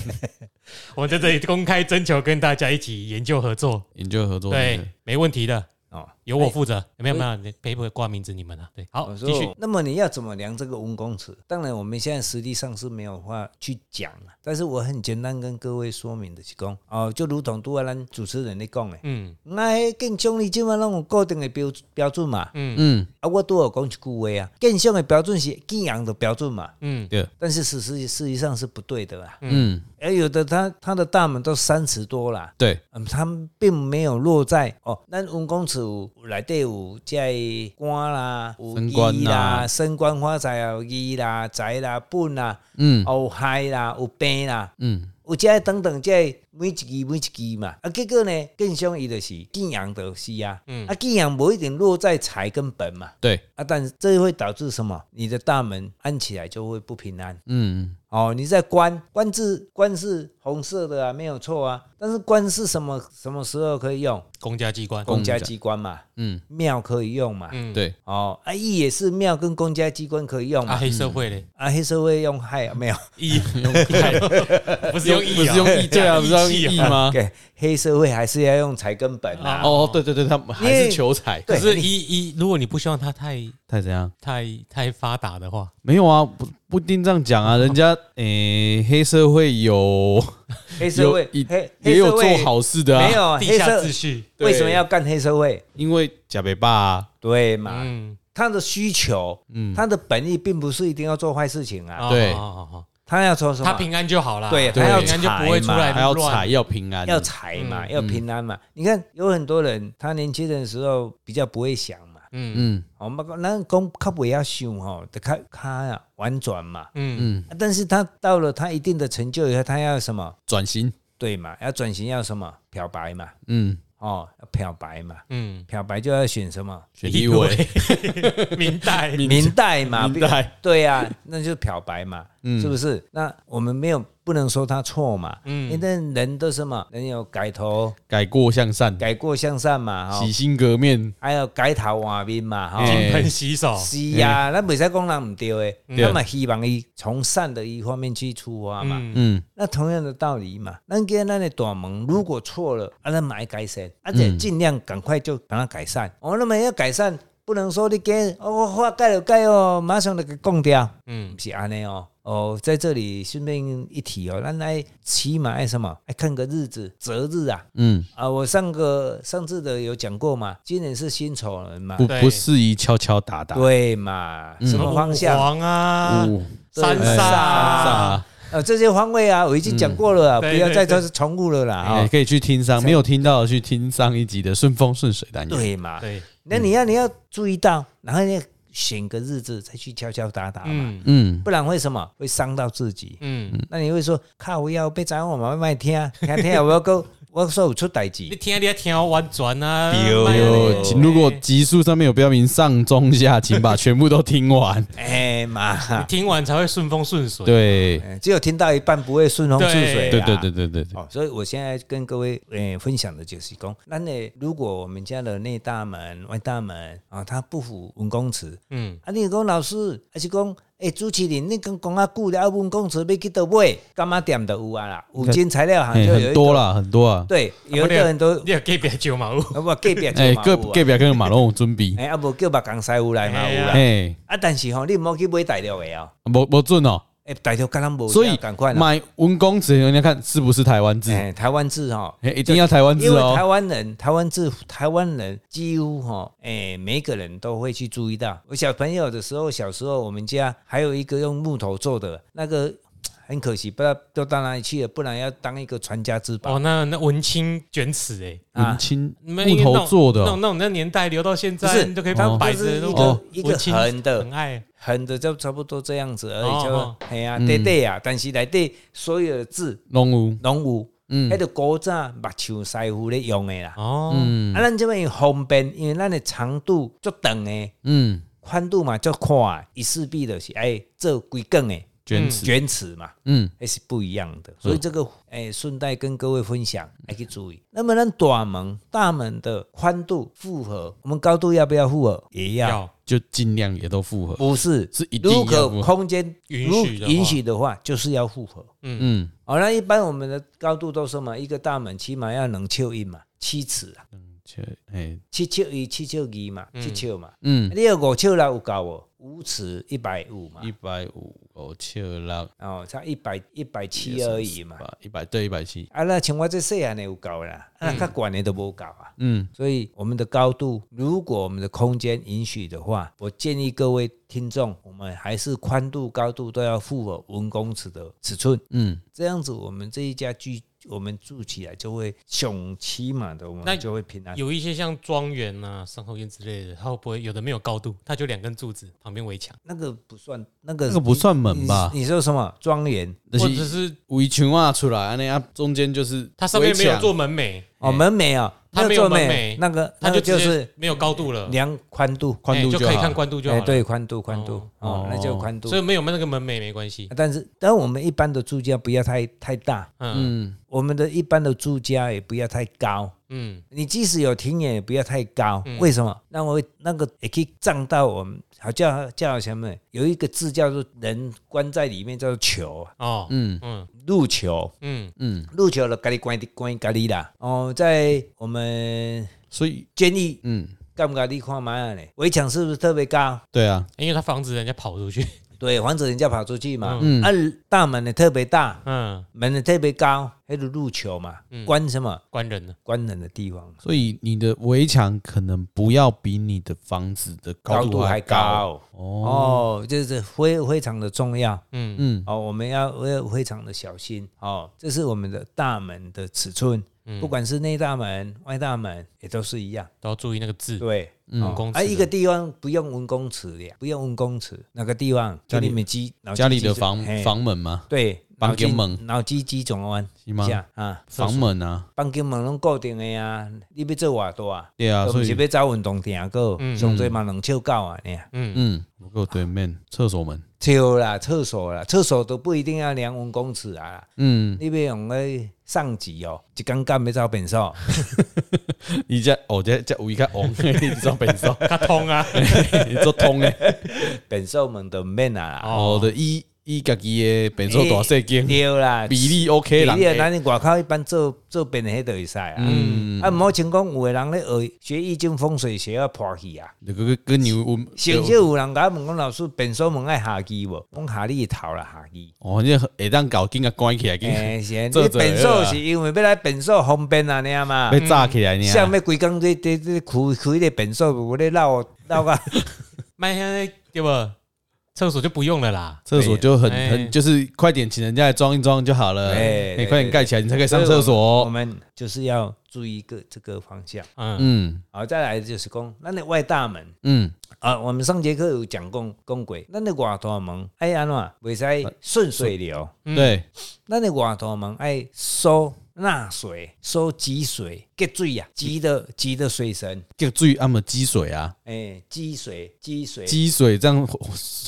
[SPEAKER 1] 我们在这里公开征求跟大家一起研究合作，
[SPEAKER 2] 研究合作，
[SPEAKER 1] 对，没问题的，
[SPEAKER 3] 哦，
[SPEAKER 1] 由我负责，没有没有你，paper 挂名字你们啊，对，好，
[SPEAKER 3] 哦我
[SPEAKER 1] 继续
[SPEAKER 3] 说，，那么你要怎么量这个温公尺？当然，我们现在实际上是没有话去讲啊，但是我很简单跟各位说明的是讲，哦，就如同杜阿咱主持人咧讲的，
[SPEAKER 1] 嗯
[SPEAKER 3] 那建商你今晚拢有固定的标标准嘛？
[SPEAKER 1] 嗯
[SPEAKER 2] 嗯，
[SPEAKER 3] 啊，我都有讲一句话啊，建商的标准是建阳的标准嘛，
[SPEAKER 1] 嗯
[SPEAKER 2] 对，
[SPEAKER 3] 但是事实事实上是不对的啦。
[SPEAKER 2] 嗯，
[SPEAKER 3] 而有的他他的大门都三尺多啦，
[SPEAKER 2] 对，
[SPEAKER 3] 嗯，他们并没有落在哦，咱文公祠有内底有在官啦、有
[SPEAKER 2] 升官
[SPEAKER 3] 衣啦、
[SPEAKER 2] 啦
[SPEAKER 3] 升官发财啊、有衣啦、财啦、本啦、
[SPEAKER 2] 嗯
[SPEAKER 3] 有害啦、有病啦，
[SPEAKER 2] 嗯，
[SPEAKER 3] 有这等等这每一期每一期嘛，啊，结果呢，更凶伊就是敬仰的是啊，
[SPEAKER 1] 嗯
[SPEAKER 3] 啊，敬仰不一定落在财跟本嘛，
[SPEAKER 2] 对，
[SPEAKER 3] 啊，但这会导致什么？你的大门安起来就会不平安。
[SPEAKER 2] 嗯
[SPEAKER 3] 哦，你在官官字官是红色的啊，没有错啊。但是官是什么什么时候可以用？
[SPEAKER 1] 公家机关，
[SPEAKER 3] 公家机关嘛，
[SPEAKER 2] 嗯，
[SPEAKER 3] 庙可以用嘛。
[SPEAKER 1] 嗯，
[SPEAKER 2] 对，
[SPEAKER 3] 哦，啊，义也是庙跟公家机关可以用嘛。
[SPEAKER 1] 啊，
[SPEAKER 3] 啊，
[SPEAKER 1] 黑社会 嘞，
[SPEAKER 3] 黑社会用害啊没有？
[SPEAKER 1] 义 不是用义啊，
[SPEAKER 2] 不是用义，对啊，不是
[SPEAKER 1] 义
[SPEAKER 2] 用义
[SPEAKER 1] 气啊
[SPEAKER 2] 吗？
[SPEAKER 3] 对，黑社会还是要用财根本啊。
[SPEAKER 2] 哦，对对对，他们还
[SPEAKER 3] 因
[SPEAKER 2] 是
[SPEAKER 3] 为
[SPEAKER 2] 求财，
[SPEAKER 1] 可
[SPEAKER 3] 对
[SPEAKER 1] 是一一，如果你不希望它太
[SPEAKER 2] 太怎样？
[SPEAKER 1] 太太发达的话，
[SPEAKER 2] 没有啊，不不一定这样讲啊，人家诶，黑社会有
[SPEAKER 3] 黑社
[SPEAKER 2] 有
[SPEAKER 3] 会
[SPEAKER 2] 也
[SPEAKER 3] 黑
[SPEAKER 2] 也
[SPEAKER 3] 黑
[SPEAKER 2] 有
[SPEAKER 3] 社
[SPEAKER 2] 做
[SPEAKER 3] 会
[SPEAKER 2] 好事的
[SPEAKER 3] 没
[SPEAKER 2] 啊，
[SPEAKER 3] 有
[SPEAKER 1] 地
[SPEAKER 3] 黑
[SPEAKER 1] 下
[SPEAKER 3] 社
[SPEAKER 1] 秩序，
[SPEAKER 2] 对
[SPEAKER 3] 为什么要干黑社会？
[SPEAKER 2] 因为假北霸啊，
[SPEAKER 3] 对嘛，
[SPEAKER 1] 嗯，
[SPEAKER 3] 他的需求，
[SPEAKER 2] 嗯，
[SPEAKER 3] 他的本意并不是一定要做坏事情啊，
[SPEAKER 1] 哦
[SPEAKER 2] 对
[SPEAKER 1] 好好好
[SPEAKER 3] 他要做什么？
[SPEAKER 1] 他平安就好啦，
[SPEAKER 3] 对
[SPEAKER 1] 他
[SPEAKER 2] 对
[SPEAKER 1] 平安就不会出来
[SPEAKER 2] 还要
[SPEAKER 1] 乱
[SPEAKER 2] 财，要平安，
[SPEAKER 3] 要财嘛，
[SPEAKER 1] 嗯
[SPEAKER 3] 要平安嘛。你看有很多人，他年轻的时候比较不会想嘛，
[SPEAKER 1] 嗯
[SPEAKER 2] 嗯
[SPEAKER 3] 哦，嘛咱讲较不要想吼，就较较啊婉转嘛。啊
[SPEAKER 1] 嗯
[SPEAKER 2] 嗯，
[SPEAKER 3] 但是他到了他一定的成就以后，他要什么？
[SPEAKER 2] 转型，
[SPEAKER 3] 对嘛，要转型要什么？漂白嘛，
[SPEAKER 2] 嗯，
[SPEAKER 3] 哦，要漂白嘛，
[SPEAKER 1] 嗯，
[SPEAKER 3] 漂白就要选什么？
[SPEAKER 2] 选立委，
[SPEAKER 1] 明代，
[SPEAKER 3] 明代 嘛，
[SPEAKER 2] 明代嗯
[SPEAKER 3] 对呀、啊，那就是漂白 嘛，是不是？那我们没有不能说他错嘛，嗯，因为人都是嘛，人有改头、
[SPEAKER 2] 改过向善，
[SPEAKER 3] 改过向善嘛，哈、
[SPEAKER 2] 洗心革面，
[SPEAKER 3] 还有改哎头换面嘛，哈、
[SPEAKER 2] 哎
[SPEAKER 1] 金盆洗手，
[SPEAKER 3] 是
[SPEAKER 1] 嗯
[SPEAKER 3] 啊，咱袂使讲人毋对诶，
[SPEAKER 2] 嗯
[SPEAKER 3] 咱嘛希望伊从善的一方面去出发嘛。
[SPEAKER 1] 嗯
[SPEAKER 2] 嗯
[SPEAKER 3] 那同样的道理嘛，咱今天咱的大门如果错了，啊，咱嘛要改善，而
[SPEAKER 1] 嗯
[SPEAKER 3] 且尽量赶快就把它改善。哦，那么要改善，不能说你给哦，我话改了改哦，马上就给讲掉，
[SPEAKER 1] 嗯
[SPEAKER 3] 不是安尼哦。哦，在这里顺便一提哦，咱来起码爱什么？爱看个日子，择日啊。
[SPEAKER 2] 嗯，
[SPEAKER 3] 啊，我上个上次的有讲过嘛，今年是辛丑人嘛，
[SPEAKER 2] 不
[SPEAKER 1] 对
[SPEAKER 2] 不适宜敲敲打哦打，嗯
[SPEAKER 3] 对嘛？什么方
[SPEAKER 1] 什么嗯
[SPEAKER 3] 向？
[SPEAKER 1] 武皇啊，
[SPEAKER 2] 五
[SPEAKER 1] 三
[SPEAKER 3] 对
[SPEAKER 1] 煞
[SPEAKER 2] 三煞
[SPEAKER 1] 啊，
[SPEAKER 3] 啊
[SPEAKER 2] 啊，
[SPEAKER 3] 呃，这些方位啊，我已经讲过了啊，
[SPEAKER 1] 对
[SPEAKER 3] 不要
[SPEAKER 1] 对
[SPEAKER 3] 再
[SPEAKER 1] 嗯对
[SPEAKER 3] 再重复了啦啊、
[SPEAKER 2] 哎，可以去听上，
[SPEAKER 3] 在
[SPEAKER 2] 没有听到的去听上一集的顺风顺水单元。
[SPEAKER 3] 对嘛？
[SPEAKER 1] 对，
[SPEAKER 3] 那你要你要注意到，然后你要选个日子再去敲敲打打嘛，
[SPEAKER 1] 嗯
[SPEAKER 2] 嗯，
[SPEAKER 3] 不然会什么会伤到自己。
[SPEAKER 1] 嗯，
[SPEAKER 3] 那你会说靠要被砸我嘛，卖听， 听听我要够，我说有出代
[SPEAKER 1] 你
[SPEAKER 3] 志。
[SPEAKER 1] 听你要听完全啊，
[SPEAKER 3] 对
[SPEAKER 1] 哎
[SPEAKER 2] 有，
[SPEAKER 1] 呦
[SPEAKER 2] 哦请如果集数上面有标明上中下，请把全部都听完。
[SPEAKER 3] 哎嘛，
[SPEAKER 1] 你听完才会顺风顺水，
[SPEAKER 2] 对，
[SPEAKER 3] 哎只有听到一半不会顺风顺水、啊。
[SPEAKER 2] 对对对对对对，
[SPEAKER 3] 哦，所以我现在跟各位诶、呃分享的就是讲，那呢，如果我们家的内大门、外大门啊、它不符文公尺，
[SPEAKER 1] 嗯，
[SPEAKER 3] 啊，你讲老师，还是讲诶、主持人，你讲讲啊久了，啊文公尺要去倒买，干嘛点都有啊啦，五金材料行
[SPEAKER 2] 哎，
[SPEAKER 3] 就有一个
[SPEAKER 2] 很多，啦，很多啊。
[SPEAKER 3] 对，有一个很多，
[SPEAKER 1] 你要给别人酒嘛，有
[SPEAKER 3] 啊不，隔壁就
[SPEAKER 2] 哎，
[SPEAKER 3] 嘛
[SPEAKER 2] 个
[SPEAKER 3] 有
[SPEAKER 2] 个
[SPEAKER 3] 啊，。
[SPEAKER 2] 别跟马龙有准备
[SPEAKER 3] 哎，啊无叫别江师傅来嘛
[SPEAKER 1] 哎
[SPEAKER 3] 有
[SPEAKER 1] 呀
[SPEAKER 3] 啦，
[SPEAKER 2] 哎，
[SPEAKER 3] 啊，但是吼，你唔好去买大料的哦，
[SPEAKER 2] 不不准哦。
[SPEAKER 3] 诶，大料跟咱无，
[SPEAKER 2] 所以
[SPEAKER 3] 赶快啦，
[SPEAKER 2] 买文公尺，人家看是不是台湾字？
[SPEAKER 3] 哎，台湾字吼，
[SPEAKER 2] 哎，一定要台湾字
[SPEAKER 3] 因为台
[SPEAKER 2] 哦。
[SPEAKER 3] 湾人，台湾字，台湾人几乎哈，哎、每一个人都会去注意到。我小朋友的时候，小时候我们家还有一个用木头做的那个，很可惜，不知道都到哪里去了，不然要当一个传家之宝。
[SPEAKER 1] 哦，那那文青卷尺哎，
[SPEAKER 3] 啊
[SPEAKER 2] 文嗯青木
[SPEAKER 1] 没
[SPEAKER 2] 头做的
[SPEAKER 1] 那
[SPEAKER 2] 哦
[SPEAKER 1] 种，那种那年代留到现
[SPEAKER 3] 不
[SPEAKER 1] 在，
[SPEAKER 3] 是
[SPEAKER 1] 你都可以
[SPEAKER 2] 它
[SPEAKER 1] 摆
[SPEAKER 3] 不
[SPEAKER 1] 着那
[SPEAKER 3] 是一
[SPEAKER 1] 种
[SPEAKER 3] 个
[SPEAKER 1] 哦
[SPEAKER 3] 一个呃
[SPEAKER 1] 文青
[SPEAKER 3] 横的
[SPEAKER 1] 很爱
[SPEAKER 3] 横的就差不多这样子而
[SPEAKER 1] 哦
[SPEAKER 3] 已，
[SPEAKER 1] 哦
[SPEAKER 3] 就哎呀，
[SPEAKER 2] 嗯
[SPEAKER 3] 对对呀，但是内底所有的字
[SPEAKER 2] 龙屋。
[SPEAKER 3] 拢有，
[SPEAKER 2] 嗯
[SPEAKER 3] 迄个古早目睭师傅咧用的啦。
[SPEAKER 1] 哦，
[SPEAKER 2] 嗯
[SPEAKER 3] 啊，咱这边用方便，因为咱的长度足长的，
[SPEAKER 2] 嗯，
[SPEAKER 3] 宽度嘛足宽的，伊势必就是哎做规矩的。哎
[SPEAKER 2] 卷尺。
[SPEAKER 3] 卷尺嘛，
[SPEAKER 2] 嗯
[SPEAKER 3] 那是不一样的。所以这个哎，顺带跟各位分享，还可以注意。那么呢，短门大门的宽度复合，我们高度要不要复合？也要，
[SPEAKER 1] 要
[SPEAKER 2] 就尽量也都复合。
[SPEAKER 3] 不是
[SPEAKER 2] 是一定要
[SPEAKER 3] 如
[SPEAKER 2] 复合
[SPEAKER 3] 果空间
[SPEAKER 1] 允
[SPEAKER 3] 如
[SPEAKER 1] 许的话
[SPEAKER 3] 允许的话，就是要复合。
[SPEAKER 2] 嗯，
[SPEAKER 3] 好、那一般我们的高度都是什么？一个大门起码要能丘一嘛，七尺啊，
[SPEAKER 2] 切，哎，
[SPEAKER 3] 七尺一、七尺二嘛，七尺嘛。
[SPEAKER 2] 嗯，
[SPEAKER 3] 你有五尺啦，有高哦，五尺一百五嘛
[SPEAKER 2] 一，百五五七六
[SPEAKER 3] 哦，差一百一百七而已嘛。，
[SPEAKER 2] 一百对一百七。
[SPEAKER 3] 啊，那像我这细汉的有够啦，啊，那较悬的都无够啊。
[SPEAKER 2] 嗯，
[SPEAKER 3] 所以我们的高度，如果我们的空间允许的话，我建议各位听众，我们还是宽度、高度都要符合文公尺的尺寸。
[SPEAKER 2] 嗯，
[SPEAKER 3] 这样子，我们这一家居，我们住起来就会雄起嘛的，我
[SPEAKER 1] 那
[SPEAKER 3] 们就会平安。
[SPEAKER 1] 有一些像庄园啊、三合院之类的，它会不会有的没有高度，它就两根柱子旁边围墙，
[SPEAKER 3] 那个不算，那个
[SPEAKER 2] 这个不算门吧？
[SPEAKER 3] 你你说什么庄园？
[SPEAKER 2] 就
[SPEAKER 1] 或者
[SPEAKER 2] 是
[SPEAKER 1] 是
[SPEAKER 2] 围墙啊出来，安尼啊，中间就是
[SPEAKER 1] 它上面没
[SPEAKER 2] 围
[SPEAKER 1] 有
[SPEAKER 2] 墙
[SPEAKER 1] 做门楣，
[SPEAKER 3] 哦，门楣啊，
[SPEAKER 1] 它
[SPEAKER 3] 那
[SPEAKER 1] 没有
[SPEAKER 3] 做
[SPEAKER 1] 门
[SPEAKER 3] 楣
[SPEAKER 1] 楣
[SPEAKER 3] 那个，
[SPEAKER 1] 它
[SPEAKER 3] 那个
[SPEAKER 1] 就
[SPEAKER 3] 就
[SPEAKER 1] 直接
[SPEAKER 3] 是
[SPEAKER 1] 没有高度了，
[SPEAKER 3] 量宽度，
[SPEAKER 2] 宽
[SPEAKER 1] 哎
[SPEAKER 2] 度
[SPEAKER 1] 就可以
[SPEAKER 2] 好
[SPEAKER 1] 看宽度就好
[SPEAKER 3] 哎，
[SPEAKER 1] 了，
[SPEAKER 3] 对，宽度，宽度，
[SPEAKER 2] 哦
[SPEAKER 3] 哦，那就宽度
[SPEAKER 1] 所。以没有那个门楣没关系
[SPEAKER 3] 啊，但是，但我们一般的住家不要太太大，
[SPEAKER 1] 嗯
[SPEAKER 2] 嗯
[SPEAKER 3] 我们的一般的住家也不要太高。
[SPEAKER 1] 嗯，
[SPEAKER 3] 你即使有庭院，也不要太高。为什么？那我那个也可以胀到我们，好叫叫什么？有一个字叫做“人关在里面”，叫做囚啊，
[SPEAKER 1] 哦，
[SPEAKER 2] 嗯
[SPEAKER 1] 嗯
[SPEAKER 3] 入囚。
[SPEAKER 1] 嗯，
[SPEAKER 2] 嗯，
[SPEAKER 3] 入囚了，咖喱关的关咖喱啦。哦，在我们
[SPEAKER 2] 所以
[SPEAKER 3] 建议
[SPEAKER 2] 嗯，
[SPEAKER 3] 干不咖喱看嘛呢？围墙是不是特别高？
[SPEAKER 2] 对啊，
[SPEAKER 1] 因为它防止人家跑出去，
[SPEAKER 3] 对，防止人家跑出去嘛。
[SPEAKER 2] 嗯
[SPEAKER 3] 啊，大门也特别大，
[SPEAKER 1] 嗯，
[SPEAKER 3] 门也特别高，还有入球嘛，关什么？
[SPEAKER 1] 关人了，
[SPEAKER 3] 关人的地方。
[SPEAKER 2] 所以你的围墙可能不要比你的房子的
[SPEAKER 3] 高
[SPEAKER 2] 度
[SPEAKER 3] 度还
[SPEAKER 2] 高。
[SPEAKER 3] 高
[SPEAKER 2] 哦，
[SPEAKER 3] 哦，这是非非常的重要
[SPEAKER 1] 嗯
[SPEAKER 2] 嗯
[SPEAKER 3] 哦，我们要我要非常的小心哦。这是我们的大门的尺寸，
[SPEAKER 1] 嗯
[SPEAKER 3] 不管是内大门、外大门也都是一样。
[SPEAKER 1] 都要注意那个字，
[SPEAKER 3] 对，
[SPEAKER 1] 文公
[SPEAKER 3] 啊，
[SPEAKER 1] 尺的
[SPEAKER 3] 一个地方不用文公尺的，不用文公尺，哪个地方？
[SPEAKER 2] 家
[SPEAKER 3] 就
[SPEAKER 2] 里
[SPEAKER 3] 你们鸡
[SPEAKER 2] 家里的房
[SPEAKER 3] 房
[SPEAKER 2] 房门吗？
[SPEAKER 3] 对，
[SPEAKER 2] 房
[SPEAKER 3] 脑筋
[SPEAKER 2] 间门
[SPEAKER 3] 脑筋急转弯
[SPEAKER 2] 是吗
[SPEAKER 3] 一下啊，
[SPEAKER 2] 房门啊，
[SPEAKER 3] 房间门拢固定的啊，你要做偌大啊？
[SPEAKER 2] 对啊，
[SPEAKER 3] 都
[SPEAKER 2] 所
[SPEAKER 3] 不
[SPEAKER 2] 以
[SPEAKER 3] 是要走运动店个，
[SPEAKER 1] 嗯
[SPEAKER 3] 上最嘛两手狗啊，你啊。
[SPEAKER 1] 嗯，
[SPEAKER 2] 嗯，不够对面厕所门，
[SPEAKER 3] 对啦，厕所啦，厕所都不一定要量文公尺啊，
[SPEAKER 2] 嗯，
[SPEAKER 3] 你要用个上级哦，一干干要走 变数，
[SPEAKER 2] 你家哦，这这有一个红，你知道本少，
[SPEAKER 1] 它通啊，
[SPEAKER 2] 你做通诶，
[SPEAKER 3] 变数门都免啊啦。
[SPEAKER 2] 哦的伊伊家己诶本少大细间
[SPEAKER 3] 对啦，
[SPEAKER 2] 比例 OK
[SPEAKER 3] 比
[SPEAKER 2] 啦，
[SPEAKER 3] 例咱外口一般做做变的迄都会使啊。嗯，啊，唔好情况有个人咧学学易经风水学啊破去啊。
[SPEAKER 2] 那个跟牛温
[SPEAKER 3] 甚至有人甲我问讲老师，变数门爱下机无？讲下你的头啦下机。
[SPEAKER 2] 哦，你会当搞紧个关起来，紧
[SPEAKER 3] 诶，是啊，
[SPEAKER 2] 做
[SPEAKER 3] 你
[SPEAKER 2] 做就
[SPEAKER 3] 变
[SPEAKER 2] 好
[SPEAKER 3] 数
[SPEAKER 2] 啦
[SPEAKER 3] 是因为要来变数方便啊，你啊嘛。
[SPEAKER 2] 被炸起来呢。
[SPEAKER 3] 像要规工在 在在开开个便所，有咧闹闹啊，
[SPEAKER 1] 卖现在对不？厕所就不用了啦。
[SPEAKER 2] 厕所就很
[SPEAKER 1] 哎
[SPEAKER 2] 很就是快点请人家来装一装就好了，
[SPEAKER 3] 哎
[SPEAKER 2] 你快点盖起来，你才可以上厕所
[SPEAKER 3] 我
[SPEAKER 2] 哦。
[SPEAKER 3] 们就是要注意一个这个方向。
[SPEAKER 1] 嗯，
[SPEAKER 2] 嗯
[SPEAKER 3] 好，再来就是讲，咱的外大门
[SPEAKER 2] 嗯，
[SPEAKER 3] 啊，我们上节课有讲讲讲过，咱的外大门爱安怎
[SPEAKER 2] 呃
[SPEAKER 3] 袂使顺水流，
[SPEAKER 1] 嗯
[SPEAKER 2] 对，
[SPEAKER 3] 咱的外大门爱收纳水、收积水、积水呀、啊，积的积的水深，
[SPEAKER 2] 就注意按摩积水啊，
[SPEAKER 3] 哎、积水积水
[SPEAKER 2] 积水这样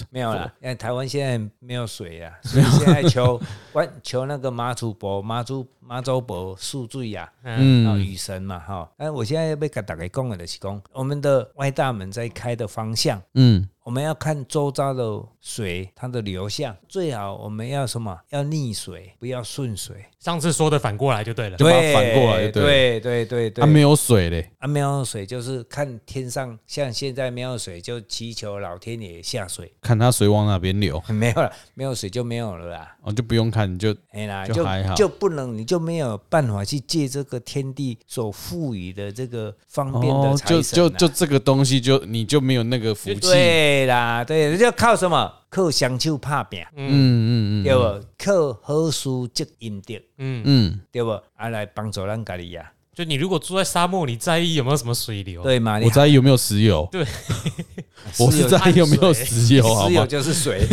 [SPEAKER 3] 没有啦，哎，台湾现在没有 水啊，所以现在求关求那个马祖伯、马祖马祖伯宿醉呀，
[SPEAKER 2] 嗯
[SPEAKER 3] 然后雨神嘛哈。但我现在要跟大家讲的就是讲，我们的外大门在开的方向，
[SPEAKER 2] 嗯
[SPEAKER 3] 我们要看周遭的水它的流向，最好我们要什么？要逆水，不要顺水，
[SPEAKER 1] 上次说的反过来就对了
[SPEAKER 2] 就。把它反过来就
[SPEAKER 3] 对对对对，
[SPEAKER 2] 它啊没有水嘞，
[SPEAKER 3] 啊，没有水就是看天上，像现在没有水就祈求老天爷下水，
[SPEAKER 2] 看它水往哪边流，
[SPEAKER 3] 没有了，没有水就没有了啦。
[SPEAKER 2] 哦就不用看，你就
[SPEAKER 3] 哎啦，
[SPEAKER 2] 就
[SPEAKER 3] 就
[SPEAKER 2] 还好
[SPEAKER 3] 就不能，你就没有办法去借这个天地所赋予的这个方便的财神、
[SPEAKER 2] 就
[SPEAKER 3] 啊
[SPEAKER 2] 哦就就这个东西就你就没有那个福气，
[SPEAKER 3] 对啦，对，就靠什么？靠双手拍拼，
[SPEAKER 2] 嗯嗯
[SPEAKER 3] 对不？靠好事积阴德，
[SPEAKER 1] 嗯，
[SPEAKER 2] 嗯
[SPEAKER 3] 对不？啊，来帮助咱家己呀，
[SPEAKER 1] 就你如果住在沙漠，你在意有没有什么水流？
[SPEAKER 3] 对嘛？
[SPEAKER 2] 嗯，
[SPEAKER 3] 你
[SPEAKER 2] 我在意有没有石油，
[SPEAKER 1] 对，
[SPEAKER 2] 我是在意有没有石 油，好
[SPEAKER 3] 石油
[SPEAKER 2] 吗？
[SPEAKER 3] 就 是水，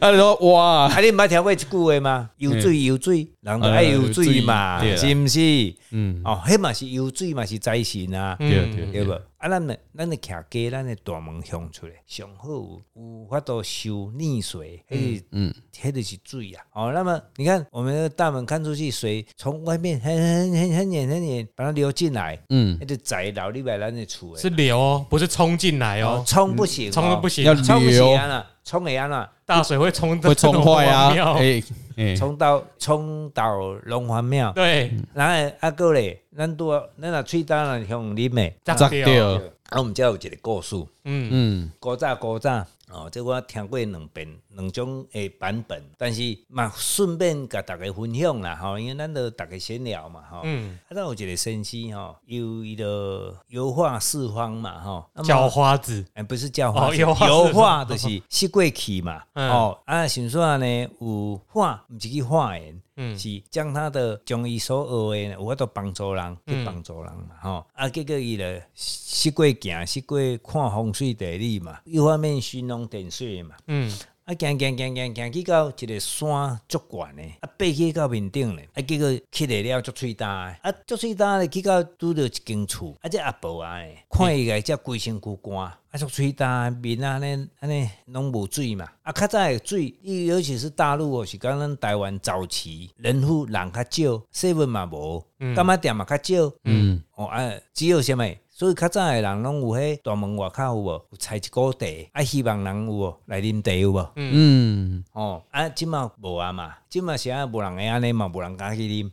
[SPEAKER 2] 啊，你说哇，
[SPEAKER 3] 啊，你捌听过一句话吗？有水有水，人就爱有水嘛，
[SPEAKER 2] 呃嗯哎有水
[SPEAKER 3] 是毋是？
[SPEAKER 2] 嗯，
[SPEAKER 3] 哦，迄嘛是有水嘛是财神啊。
[SPEAKER 2] 对
[SPEAKER 1] 嗯
[SPEAKER 2] 对对
[SPEAKER 3] 对无？啊，咱的咱的徛家，咱的大门向出来，上好有有法度收逆水，迄嗯，迄就是水啊。哦，那么你看，我们的大门看出去，水从外面很很很很远很远把它流进来，
[SPEAKER 2] 嗯，
[SPEAKER 3] 那就宅老你来咱的厝诶。
[SPEAKER 1] 是流哦，不是冲进来
[SPEAKER 3] 哦
[SPEAKER 1] 哦，，
[SPEAKER 3] 冲不行哦，
[SPEAKER 1] 冲的不行
[SPEAKER 2] 要，
[SPEAKER 3] 冲不
[SPEAKER 2] 流
[SPEAKER 3] 行啊啦，冲会啊啦，
[SPEAKER 1] 大水会冲
[SPEAKER 2] 会冲坏啊
[SPEAKER 1] 这种荒，谬
[SPEAKER 2] 哎哎，
[SPEAKER 3] 冲到冲到龙华庙，
[SPEAKER 1] 对，
[SPEAKER 3] 然后啊个咧，咱拄啊，咱若喙干了向啉诶，
[SPEAKER 1] 砸
[SPEAKER 2] 砸
[SPEAKER 1] 掉，
[SPEAKER 2] 掉，
[SPEAKER 3] 啊，我们遮有一个故事。
[SPEAKER 1] 嗯，
[SPEAKER 2] 嗯
[SPEAKER 3] 古早古早哦，这我听过两遍两种诶版本，但是嘛顺便甲大家分享啦吼，因为咱都大家闲聊嘛吼。
[SPEAKER 1] 嗯
[SPEAKER 3] 啊，咱有一个先生吼，有伊个油画四方嘛吼，那么
[SPEAKER 1] 叫花子，
[SPEAKER 3] 哎，不是叫画，
[SPEAKER 1] 哦
[SPEAKER 3] 是
[SPEAKER 1] 油画
[SPEAKER 3] 油
[SPEAKER 1] 四
[SPEAKER 3] 画
[SPEAKER 1] 方
[SPEAKER 3] 就是是过去嘛。
[SPEAKER 1] 嗯
[SPEAKER 3] 哦，啊，想说呢，有画毋是去画人，
[SPEAKER 1] 嗯
[SPEAKER 3] 是将他的将伊所学的呢，有法度帮助人，
[SPEAKER 1] 嗯
[SPEAKER 3] 去帮助人嘛。吼、啊，结果伊咧是过行，是过看风水地理嘛，一方面寻龙点水嘛。
[SPEAKER 1] 嗯，
[SPEAKER 3] 啊，行行行行行去到一个山足悬的，啊，爬去到面顶咧，啊，结果起来了足喙焦的，啊，足喙焦咧，去到拄着一间厝，啊，这阿婆啊，诶看伊个只规身躯干，啊，足喙焦的，面啊安尼安尼拢无水嘛，啊，较早的水，伊尤其是大陆哦，是讲咱台湾早期人户人较少，水文嘛无，干嘛店嘛较少，嗯，哦啊，只有啥物？所以较早的人拢有迄大门外口有无？有采一股茶，啊，希望人有无来啉茶有无？
[SPEAKER 2] 嗯，
[SPEAKER 3] 哦，啊，即嘛无啊嘛，即嘛是啊，无人会安尼嘛，无人敢去啉，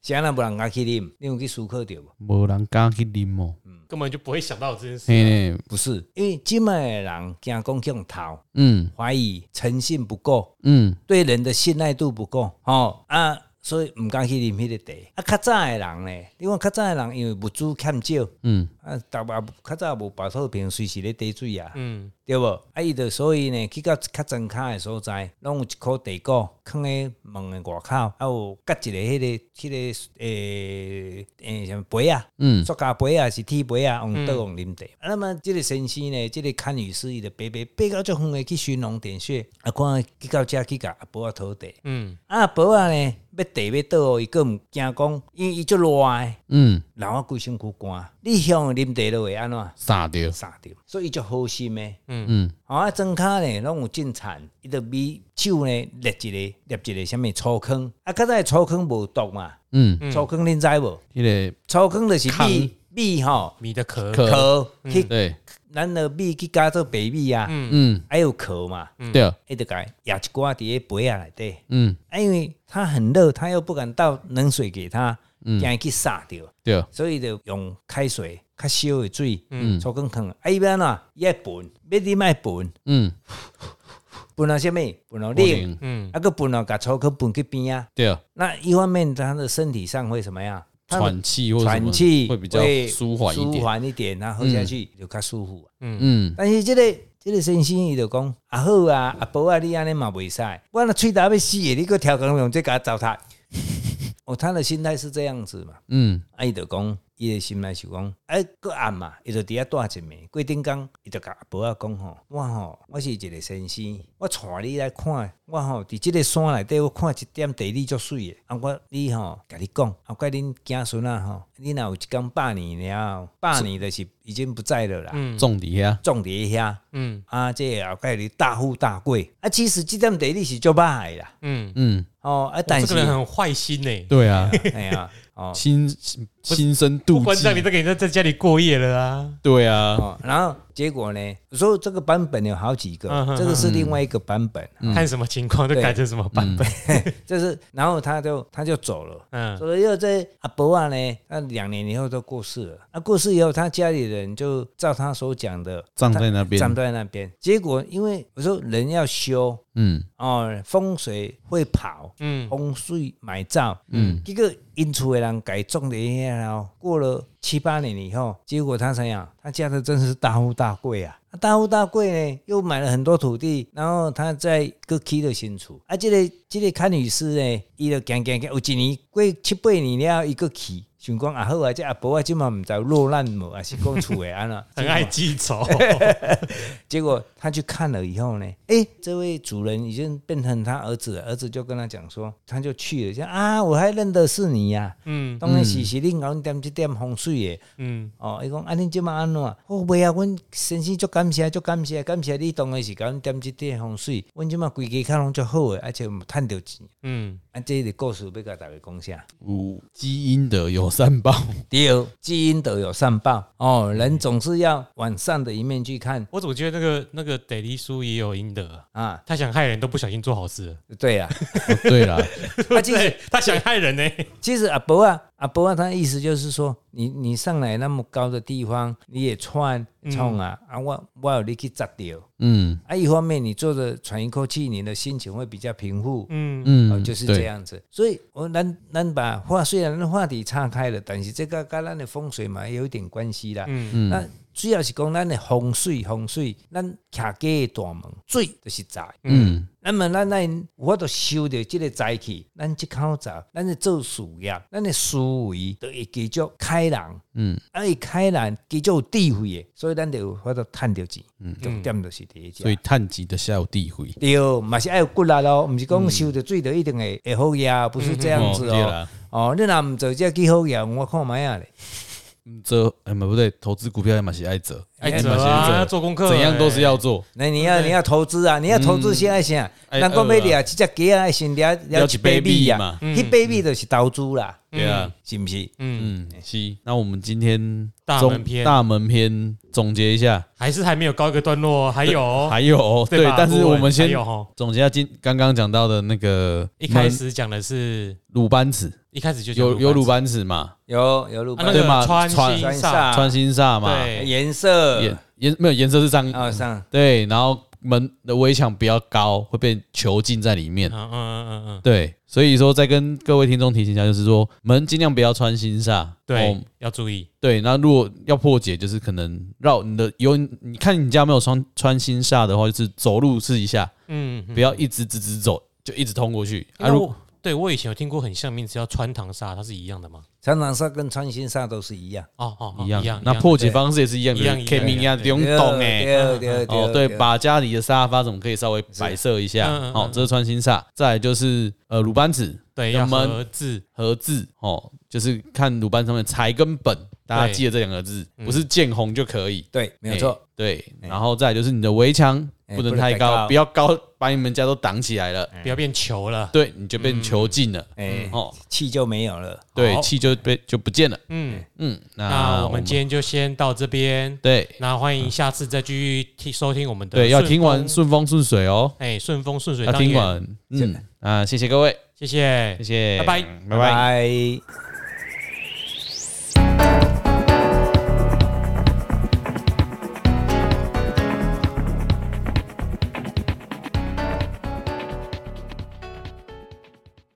[SPEAKER 3] 是啊，无人敢去啉，你有去思考着无？
[SPEAKER 2] 无人敢去啉哦，
[SPEAKER 1] 根本就不会想到这件事。
[SPEAKER 2] 嘿，
[SPEAKER 3] 不是，因为即嘛的人惊讲向头，
[SPEAKER 2] 嗯
[SPEAKER 3] 怀疑诚信不够，
[SPEAKER 2] 嗯
[SPEAKER 3] 对人的信赖度不够，哦啊，所以毋敢去啉迄个茶。啊，较早的人咧，你看较早的人因为物资欠少，
[SPEAKER 2] 嗯
[SPEAKER 3] 啊，逐个较早无白透瓶，随时咧滴水啊。
[SPEAKER 1] 嗯，
[SPEAKER 3] 对无？啊，伊就所以呢，去到较庄卡的所在，拢有一颗地沟，放咧门的外口，啊有夹一个迄、个迄、个诶诶什么杯啊，
[SPEAKER 2] 嗯
[SPEAKER 3] 塑胶杯啊是铁杯啊，
[SPEAKER 1] 嗯
[SPEAKER 3] 用倒用啉茶。啊，那么即个先生呢，即、个看女士伊就爬爬爬到足远的去寻龙点穴，啊，看去到遮去甲阿婆啊讨茶。
[SPEAKER 1] 嗯，
[SPEAKER 3] 啊，阿婆啊呢，要茶要倒哦，伊个毋惊讲，因为伊足热的，
[SPEAKER 2] 嗯，
[SPEAKER 3] 人啊规身躯干，你向伊啉茶就会安怎？
[SPEAKER 2] 傻掉，
[SPEAKER 3] 傻掉，所以伊足好心的。
[SPEAKER 2] 嗯
[SPEAKER 3] 哦，啊，庄卡呢，拢有进产，伊就米手呢，捏一个，捏一个什物粗坑，啊，较早的粗坑无毒嘛，
[SPEAKER 2] 嗯，
[SPEAKER 3] 粗坑恁知无？
[SPEAKER 2] 迄个
[SPEAKER 3] 粗坑就是米米吼
[SPEAKER 1] 米的壳，
[SPEAKER 2] 壳
[SPEAKER 3] 壳去，
[SPEAKER 2] 对，
[SPEAKER 3] 咱的米去加做白米啊，
[SPEAKER 2] 嗯
[SPEAKER 3] 还有壳嘛，
[SPEAKER 2] 对，啊
[SPEAKER 3] 伊就甲压一寡伫咧杯啊内底，
[SPEAKER 2] 嗯
[SPEAKER 3] 啊，因为它很热，它又不敢倒冷水给它，
[SPEAKER 2] 嗯
[SPEAKER 3] 惊伊去杀掉，
[SPEAKER 2] 对，啊
[SPEAKER 3] 所以就用开水较烧的水，粗坑坑，啊，伊要安怎伊爱分，要你莫分，
[SPEAKER 2] 嗯
[SPEAKER 3] 分啊什物分啊冷。
[SPEAKER 1] 嗯，
[SPEAKER 3] 啊个分哦，甲草去分去边啊。
[SPEAKER 2] 对，
[SPEAKER 3] 那一方面，他的身体上会什么样？他
[SPEAKER 2] 喘
[SPEAKER 3] 们
[SPEAKER 2] 气或什么
[SPEAKER 3] 喘气
[SPEAKER 2] 会比较舒缓一
[SPEAKER 3] 舒
[SPEAKER 2] 点，
[SPEAKER 3] 缓一点，然后喝下去就较舒服。啊
[SPEAKER 2] 嗯
[SPEAKER 3] 但是这个这这个先生伊就讲啊好啊，阿伯啊，你安尼嘛袂使，我若喙打要死的，你个调羹用这甲糟蹋。 哦，他的心态是这样子嘛。
[SPEAKER 2] 嗯，
[SPEAKER 3] 啊，伊就讲，伊的心内想讲，哎、搁暗嘛，伊就伫遐住一暝。过顶工，伊就甲阿婆仔讲吼，我吼，我是一个先生，我带你来看，我吼伫即个山内底，我看一点地理足水的。啊，我你吼，甲你讲，啊，怪恁囝孙啊吼，你若有一工百年了，百年就是已经不在了啦，
[SPEAKER 1] 嗯
[SPEAKER 2] 种底下，
[SPEAKER 3] 种伫遐。
[SPEAKER 1] 嗯
[SPEAKER 3] 啊，这后盖你大富大贵啊！其实即点地理是足歹的啦，
[SPEAKER 1] 嗯，
[SPEAKER 2] 嗯，
[SPEAKER 3] 哦啊，
[SPEAKER 1] 哇
[SPEAKER 3] 但
[SPEAKER 1] 这
[SPEAKER 3] 是
[SPEAKER 1] 个人很坏心呢、欸，
[SPEAKER 2] 对啊，
[SPEAKER 3] 哎呀，哦
[SPEAKER 2] 心心生妒
[SPEAKER 1] 不关照你
[SPEAKER 2] 忌，
[SPEAKER 1] 都给人家在家里过夜了啊。
[SPEAKER 2] 对啊，
[SPEAKER 3] 哦，然后结果呢？所以这个版本有好几个
[SPEAKER 1] 嗯哼，
[SPEAKER 3] 这个是另外一个版本，
[SPEAKER 2] 嗯
[SPEAKER 1] 看什么情况就
[SPEAKER 3] 对
[SPEAKER 1] 改成什么版本。
[SPEAKER 3] 就是然后他就他就走了。
[SPEAKER 1] 嗯
[SPEAKER 3] 所以又在阿伯啊呢，他两年以后都过世了。啊，过世以后，他家里人就照他所讲的
[SPEAKER 2] 葬在那边，
[SPEAKER 3] 站在那边。结果因为我说人要修
[SPEAKER 2] 嗯
[SPEAKER 3] 哦，风水会跑，
[SPEAKER 1] 嗯
[SPEAKER 3] 风水买照，
[SPEAKER 2] 嗯，
[SPEAKER 3] 结果因厝的人改种的然后过了七八年以后，结果他怎样？他家的真是大富大贵啊！啊大富大贵呢，又买了很多土地，然后他再搁起了新厝。啊，这个这个康女士呢，伊就行行行，有一年过七八年了，伊搁起，想讲啊好啊，这阿婆啊，即嘛毋知有落难无，啊还是讲厝的安怎？
[SPEAKER 1] 嗯很爱记仇，
[SPEAKER 3] 结果他去看了以后呢，哎，这位主人已经变成他儿子了，儿子就跟他讲说，他就去了，讲啊，我还认得是你呀、
[SPEAKER 1] 嗯
[SPEAKER 3] 当然是是恁阮点即点风水的。
[SPEAKER 1] 嗯，
[SPEAKER 3] 哦，伊讲啊，恁即马安怎？哦，袂啊，阮先生足感谢，足感谢，感谢你当然是甲阮点即点风水。阮即马规家较拢足好诶，而且有趁着钱。
[SPEAKER 1] 嗯，
[SPEAKER 3] 啊，这个故事要甲大家讲啥？
[SPEAKER 2] 有基因的有善报，哦
[SPEAKER 3] 第二，基因都有善报哦，人总是要往善的一面去看
[SPEAKER 1] 我怎么觉得那个那个得利叔也有阴德啊、
[SPEAKER 3] 啊。
[SPEAKER 1] 他想害人都不小心做好事了，
[SPEAKER 3] 对啊，
[SPEAKER 2] 哦对啦，
[SPEAKER 3] 啊，其 实
[SPEAKER 1] 对，他想害人呢、
[SPEAKER 3] 其实阿伯啊，阿伯啊，他的意思就是说，你你上来那么高的地方，你也窜
[SPEAKER 1] 嗯
[SPEAKER 3] 冲啊、啊，我我有你去砸掉。
[SPEAKER 2] 嗯
[SPEAKER 3] 啊，一方面你坐着喘一口气，你的心情会比较平复，
[SPEAKER 1] 嗯
[SPEAKER 3] 哦，
[SPEAKER 2] 嗯，
[SPEAKER 3] 就是
[SPEAKER 2] 对
[SPEAKER 3] 这，样子。所以，我咱咱把话虽然咱话题岔开了，但是这个跟咱的风水嘛也有一点关系啦。
[SPEAKER 1] 嗯
[SPEAKER 2] 嗯
[SPEAKER 3] 那主要是讲咱的风水，风水，咱徛家的大门，水就是财。
[SPEAKER 2] 嗯
[SPEAKER 3] 那么咱咱我都收着这个财气，咱这口罩，咱的做事业，咱的思维都会继续开朗，
[SPEAKER 2] 嗯
[SPEAKER 3] 啊，会开朗，继续有智慧的，所以咱就有法度趁着钱，重点就是第一
[SPEAKER 2] 所以探及的下有地回，
[SPEAKER 3] 对，嘛是爱有骨力咯，毋是讲收着水就一定会会好呀，不是这样子
[SPEAKER 2] 对
[SPEAKER 3] 哦。
[SPEAKER 2] 啦，
[SPEAKER 3] 哦，你若毋做这几好呀，我看卖啊咧。
[SPEAKER 2] 嗯这哎嘛不对，投资股票嘛是爱折，
[SPEAKER 1] 爱
[SPEAKER 2] 嘛是
[SPEAKER 1] 折啊，做功课、
[SPEAKER 2] 怎样都是要做，
[SPEAKER 3] 那你要你要投资啊，你要投资先爱啥？
[SPEAKER 2] 哎
[SPEAKER 3] 人讲要掠一只鸡啊，先掠掠一
[SPEAKER 2] 掠一百
[SPEAKER 3] 百米
[SPEAKER 2] 米嘛
[SPEAKER 3] 啊，迄百米就是投资啦，
[SPEAKER 2] 对啊，
[SPEAKER 3] 是毋是？
[SPEAKER 1] 嗯，
[SPEAKER 2] 嗯，是。那我们今天
[SPEAKER 1] 大
[SPEAKER 2] 中
[SPEAKER 1] 门篇
[SPEAKER 2] 大门篇总结一下，
[SPEAKER 1] 还是还没有告一个段落哦，还有哦
[SPEAKER 2] 还有哦对，
[SPEAKER 1] 吧
[SPEAKER 2] 但是
[SPEAKER 1] 顾
[SPEAKER 2] 我
[SPEAKER 1] 问
[SPEAKER 2] 们先
[SPEAKER 1] 还有哦
[SPEAKER 2] 总结一下今刚刚讲到的那个
[SPEAKER 1] 一开始讲的是
[SPEAKER 2] 鲁班尺，
[SPEAKER 1] 一开始就讲
[SPEAKER 2] 有有鲁
[SPEAKER 1] 班
[SPEAKER 2] 班尺嘛，
[SPEAKER 3] 有有路
[SPEAKER 1] 啊，那
[SPEAKER 2] 对
[SPEAKER 1] 个
[SPEAKER 2] 嘛
[SPEAKER 1] 穿
[SPEAKER 2] 穿
[SPEAKER 1] 新
[SPEAKER 3] 穿
[SPEAKER 1] 上
[SPEAKER 3] 啊
[SPEAKER 2] 穿心煞嘛，
[SPEAKER 1] 对
[SPEAKER 3] 颜色
[SPEAKER 2] 颜颜没有颜色是上
[SPEAKER 3] 啊上
[SPEAKER 2] 对，然后门的围墙比较高，会被囚禁在里面
[SPEAKER 1] 嗯。嗯嗯嗯嗯，
[SPEAKER 2] 对，所以说再跟各位听众提醒一下，就是说门尽量不要穿心煞。哦
[SPEAKER 1] 对，要注意，
[SPEAKER 2] 对，那如果要破解，就是可能绕你的有你看你家没有穿穿心煞的话，就是走路试一下，
[SPEAKER 1] 嗯，
[SPEAKER 2] 不要一直直直走，就一直通过去。
[SPEAKER 1] 因
[SPEAKER 2] 啊，
[SPEAKER 1] 为
[SPEAKER 2] 如
[SPEAKER 1] 我对我以前有听过很像名字叫穿堂煞，它是一样的吗？
[SPEAKER 3] 常常煞跟穿心煞都是一样。
[SPEAKER 1] 哦哦，哦
[SPEAKER 2] 一
[SPEAKER 1] 一样
[SPEAKER 2] 样，，那破解方式也是一样，
[SPEAKER 1] 一样
[SPEAKER 2] 就是
[SPEAKER 1] 一样
[SPEAKER 2] K 明
[SPEAKER 1] 一
[SPEAKER 2] 呀，
[SPEAKER 1] 样
[SPEAKER 2] 不用动哎。
[SPEAKER 1] 欸
[SPEAKER 3] 对对对
[SPEAKER 2] 哦，对，把家里的沙发总可以稍微摆设一下。
[SPEAKER 1] 嗯嗯嗯
[SPEAKER 2] 哦，这是穿心煞，再来就是呃鲁班子
[SPEAKER 1] 对，
[SPEAKER 2] 那
[SPEAKER 1] 要
[SPEAKER 2] 么
[SPEAKER 1] 合字，
[SPEAKER 2] 和字哦，就是看鲁班上面财跟本，大家
[SPEAKER 1] 对嗯
[SPEAKER 2] 记得这两个字，不是见红就可以。
[SPEAKER 3] 对，没有错。
[SPEAKER 2] 对，
[SPEAKER 3] 哎
[SPEAKER 2] 然后再来就是你的围墙
[SPEAKER 3] 哎
[SPEAKER 2] 不能
[SPEAKER 3] 不能
[SPEAKER 2] 太
[SPEAKER 3] 太
[SPEAKER 2] 高，
[SPEAKER 3] 高
[SPEAKER 2] 不要高，把你们家都挡起来了，
[SPEAKER 1] 不要变球了，
[SPEAKER 2] 对，你就被囚禁了。
[SPEAKER 3] 哎，
[SPEAKER 2] 哦，
[SPEAKER 3] 气就没有了。
[SPEAKER 2] 对，
[SPEAKER 1] 好
[SPEAKER 2] 气就被就不见了。
[SPEAKER 1] 嗯，
[SPEAKER 2] 嗯，那
[SPEAKER 1] 那我们今天就先到这边，
[SPEAKER 2] 对
[SPEAKER 1] 那欢迎下次再继续听收听我们的，
[SPEAKER 2] 对要听完，顺风顺水哦，
[SPEAKER 1] 哎，顺风顺水
[SPEAKER 2] 要
[SPEAKER 1] 单元，
[SPEAKER 2] 听完。嗯啊，谢谢各位，
[SPEAKER 1] 谢谢
[SPEAKER 2] 谢，谢，
[SPEAKER 1] 拜拜
[SPEAKER 2] 拜拜。
[SPEAKER 3] 拜。